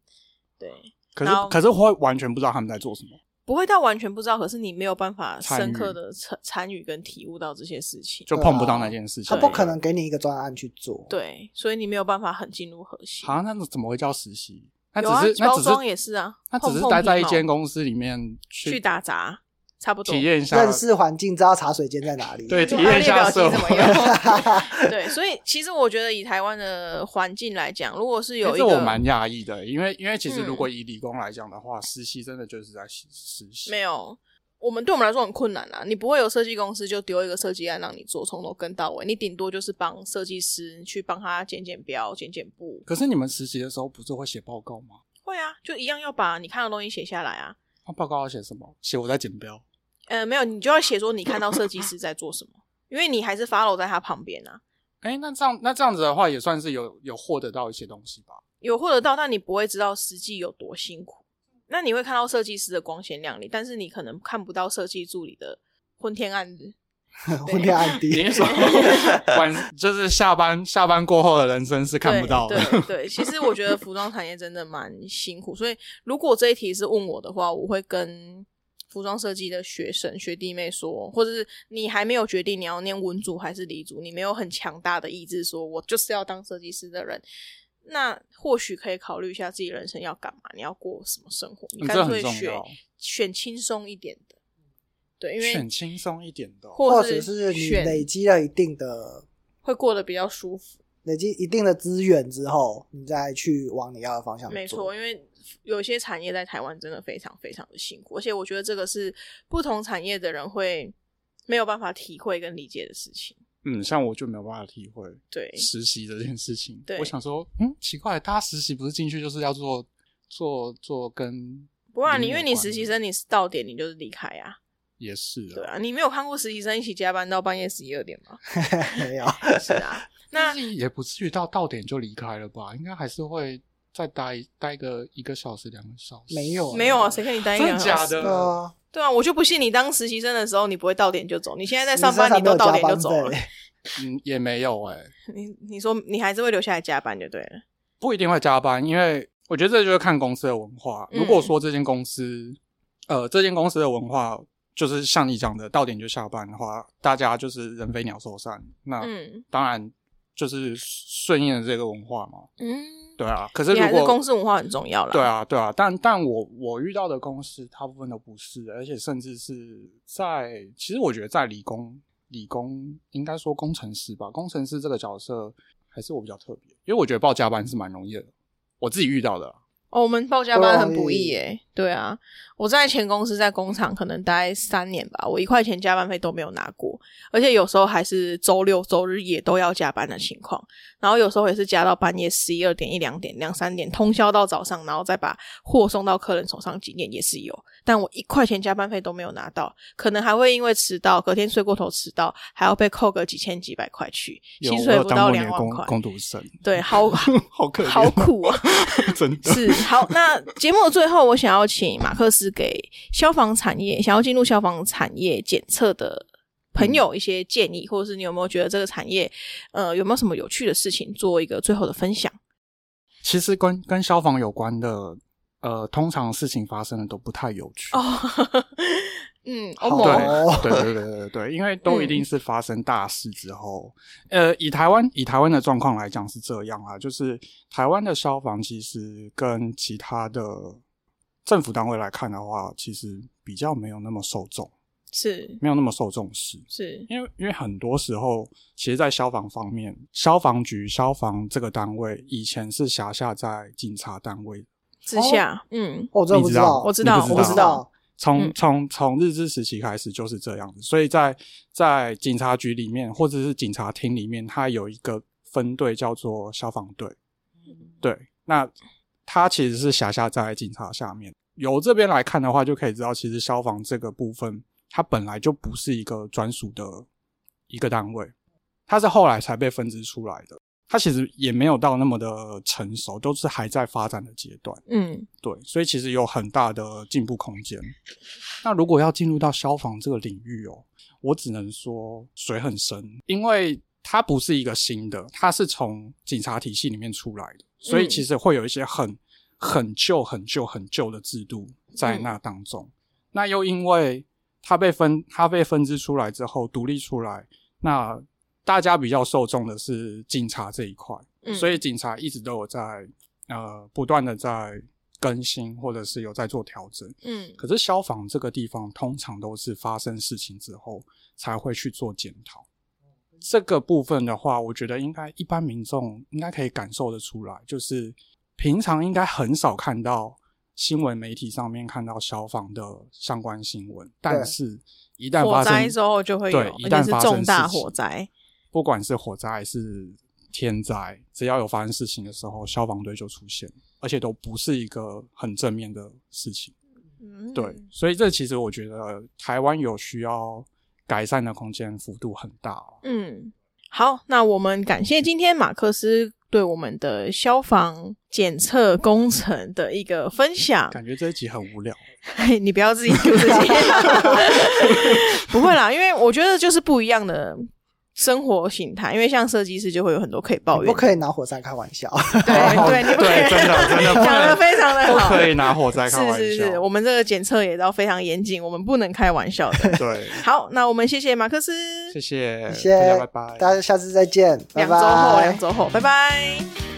S1: 对，
S3: 可
S1: 然后
S3: 是可是会完全不知道他们在做什么。
S1: 不会到完全不知道，可是你没有办法深刻
S3: 参与
S1: 的参参与跟体悟到这些事情，啊
S3: 就碰不到那件事情，
S2: 啊他不可能给你一个专案去做。，
S1: 对，所以你没有办法很进入核心。
S3: 啊！那怎么会叫实习？那
S1: 有啊
S3: 只是那
S1: 包
S3: 只
S1: 装
S3: 是
S1: 也是啊，
S3: 他只是
S1: 碰碰
S3: 待在
S1: 皮
S3: 一
S1: 毛
S3: 间公司里面
S1: 去打杂，差不多
S3: 体验一下
S2: 认识环境，知道茶水间在哪里。
S3: 对
S1: 就
S3: 体验一
S1: 还
S3: 下
S1: 有列表机
S3: 社
S1: 怎么
S3: 会。
S1: 用对，所以其实我觉得以台湾的环境来讲，如果是有一
S3: 这
S1: 个
S3: 我蛮讶异的，因为因为其实
S1: 嗯
S3: 如果以理工来讲的话，实习真的就是在实实习
S1: 没。有。我们对我们来说很困难啊。你不会有设计公司就丢一个设计案让你做，从头跟到尾，你顶多就是帮设计师去帮他剪剪标、剪剪布。
S3: 可是你们实习的时候不是会写报告吗？
S1: 会啊，就一样要把你看到的东西写下来啊。
S3: 那报告要写什么？写我在剪标。
S1: 呃，没有，你就要写说你看到设计师在做什么，因为你还是 follow 在他旁边啊。
S3: 哎、那这样那这样子的话，也算是有有获得到一些东西吧。
S1: 有获得到，但你不会知道实际有多辛苦。那你会看到设计师的光鲜亮丽，但是你可能看不到设计助理的昏天暗日。
S2: 昏天暗
S3: 你
S2: 地
S3: 是。说晚就是下班下班过后的人生是看不到的
S1: 对？对对，其实我觉得服装产业真的蛮辛苦，所以如果这一题是问我的话，我会跟服装设计的学生学弟妹说，或者是你还没有决定你要念文组还是理组，你没有很强大的意志说，我就是要当设计师的人。那或许可以考虑一下自己人生要干嘛，你要过什么生活，你
S3: 嗯这
S1: 干
S3: 很
S1: 脆
S3: 重
S1: 选
S3: 要
S1: 选轻松一点的，对，因为
S3: 选轻松一点的 哦、
S1: 或
S2: 或
S1: 者
S2: 者是你
S1: 选
S2: 累积了一定的
S1: 会过得比较舒服。
S2: 累积一定的资源之后，你再去往你要的方向
S1: 没
S2: 做
S1: 错，。因为有些产业在台湾真的非常非常的辛苦，而且我觉得这个是不同产业的人会没有办法体会跟理解的事情。
S3: 嗯，像我就没有办法体会
S1: 对，
S3: 实习这件事情。
S1: 对
S3: 我想说，嗯，奇怪，大家实习不是进去就是要做做做跟
S1: 不然
S3: 零
S1: 你因
S3: 有
S1: 为你
S3: 关
S1: 实习
S3: 的
S1: 生，你是到点你就是离开啊，
S3: 也是
S1: 对啊，你没有看过实习生一起加班到半夜十一二点 吗？
S2: 没有，
S1: 是啊，那
S3: 但是也不至于到到点就离开了吧？应该还是会再待待个一个小时、两个小时。
S2: 没有
S1: 没有啊，谁跟你待一个
S3: 真的
S1: 小
S3: 假
S1: 时？
S3: 的？
S2: 对啊，
S1: 对啊，我就不信你当实习生的时候你不会到点就走，你现在在上
S2: 你
S1: 班
S2: 身上
S1: 你都到
S2: 没有
S1: 点
S2: 加
S1: 就
S2: 班
S1: 走了
S2: 费，哦
S3: 嗯，也没有哎、
S1: 你你说你还是会留下来加班就对了。
S3: 不一定会加班，因为我觉得这就是看公司的文化。
S1: 嗯
S3: 如果说这间公司，呃，这间公司的文化就是像你讲的到点就下班的话，大家就是人飞鸟兽散，
S2: 啊
S3: 那
S1: 嗯
S3: 当然就是顺应了这个文化嘛。
S1: 嗯，
S3: 对啊，可是
S1: 你
S3: 如
S1: 还是
S3: 果
S1: 公司文化很重要啦。
S3: 对啊，对啊，但但我我遇到的公司大部分都不是，而且甚至是在，其实我觉得在理工理工应该说工程师吧，工程师这个角色还是我比较特别，因为我觉得报加班是蛮容易的，我自己遇到的啦。
S1: 哦，我们报加班很不易
S2: 不
S1: 诶、对啊，我在前公司在工厂可能待三年吧，我一块钱加班费都没有拿过，而且有时候还是周六周日也都要加班的情况，然后有时候也是加到半夜十一二点、一两点、两三点，通宵到早上，然后再把货送到客人手上，几点也是有，但我一块钱加班费都没有拿到，可能还会因为迟到，隔天睡过头迟到，还要被扣个几千几百块去，
S3: 有
S1: 薪
S3: 我
S1: 水
S3: 有
S1: 不
S3: 当
S1: 到
S3: 过你
S1: 两
S3: 的
S1: 万
S3: 工
S1: 块，
S3: 工 读生，
S1: 对， 好
S3: 好可怜，哦
S1: 好苦啊。
S3: 真的。
S1: 是好，那节目的最后，我想要请马克思给消防产业想要进入消防产业检测的朋友一些建议，或者是你有没有觉得这个产业，呃，有没有什么有趣的事情做一个最后的分 享？
S3: 其实跟跟消防有关的，呃，通常事情发生的都不太有趣。
S1: 哦，嗯，欧
S2: 好
S1: 盟
S2: 哦嗯
S3: 对对对对对对，因为都一定是发生大事之后，呃，以台湾以台湾的状况来讲是这样啊，就是台湾的消防其实跟其他的政府单位来看的话，其实比较没有那么受众，
S1: 是
S3: 没有那么受重视。
S1: 是，
S3: 因为因为很多时候，其实，在消防方面，消防局、消防这个单位以前是辖下在警察单位的，
S1: 之下，嗯，
S2: 哦我真的
S3: 你
S2: 不
S3: 知道吗，
S1: 我知道
S3: 你
S2: 我不知道。
S3: 从
S1: 嗯
S3: 从从日治时期开始就是这样子，所以在在警察局里面或者是警察厅里面，它有一个分队叫做消防队。
S1: 嗯
S3: 对，那它其实是辖下在警察下面。由这边来看的话，就可以知道，其实消防这个部分，它本来就不是一个专属的一个单位，它是后来才被分支出来的。它其实也没有到那么的成熟，都是还在发展的阶段。
S1: 嗯，
S3: 对，所以其实有很大的进步空间。那如果要进入到消防这个领域哦，我只能说水很深，因为它不是一个新的，它是从警察体系里面出来的，所以其实会有一些很很旧、很旧、很旧的制度在那当中。那又因为它被分，它被分支出来之后独立出来，那大家比较受众的是警察这一块。
S1: 嗯
S3: 所以警察一直都有在呃不断的在更新，或者是有在做调整。
S1: 嗯
S3: 可是消防这个地方通常都是发生事情之后才会去做检讨。
S1: 嗯
S3: 这个部分的话，我觉得应该一般民众应该可以感受得出来，就是平常应该很少看到新闻媒体上面看到消防的相关新闻，
S2: 对
S3: 但是一旦
S1: 火
S3: 发
S1: 灾
S3: 生
S1: 之后就会有
S3: 对，一旦
S1: 而且
S3: 发
S1: 是
S3: 生
S1: 重大
S3: 事情
S1: 火灾，
S3: 不管是火灾还是天灾，只要有发生事情的时候，消防队就出现，而且都不是一个很正面的事情。
S1: 嗯，
S3: 对，所以这其实我觉得台湾有需要改善的空间幅度很大、哦。
S1: 嗯，好，那我们感谢今天马克思对我们的消防检测工程的一个分享。
S3: 感觉这一集很无聊，
S1: 嘿你不要自己 Q 自己，不会啦，因为我觉得就是不一样的生活形态，因为像设计师就会有很多可以抱
S2: 你
S1: 怨
S2: 不
S1: 的，
S2: 可以拿火山开玩笑。
S1: 对对，你不可以
S3: 哦对，真的真的不能
S1: 讲的非常的
S3: 不
S1: 好，
S3: 可以拿火灾开玩
S1: 是
S3: 笑。
S1: 是是，我们这个检测也都非常严谨，我们不能开玩笑的。
S3: 对，
S1: 好，那我们谢谢马克思，
S3: 谢 谢，
S2: 谢谢
S3: 大家拜拜，
S2: 大家下次再见，拜
S1: 两周后，哎
S2: 拜
S1: 两。周后，拜拜。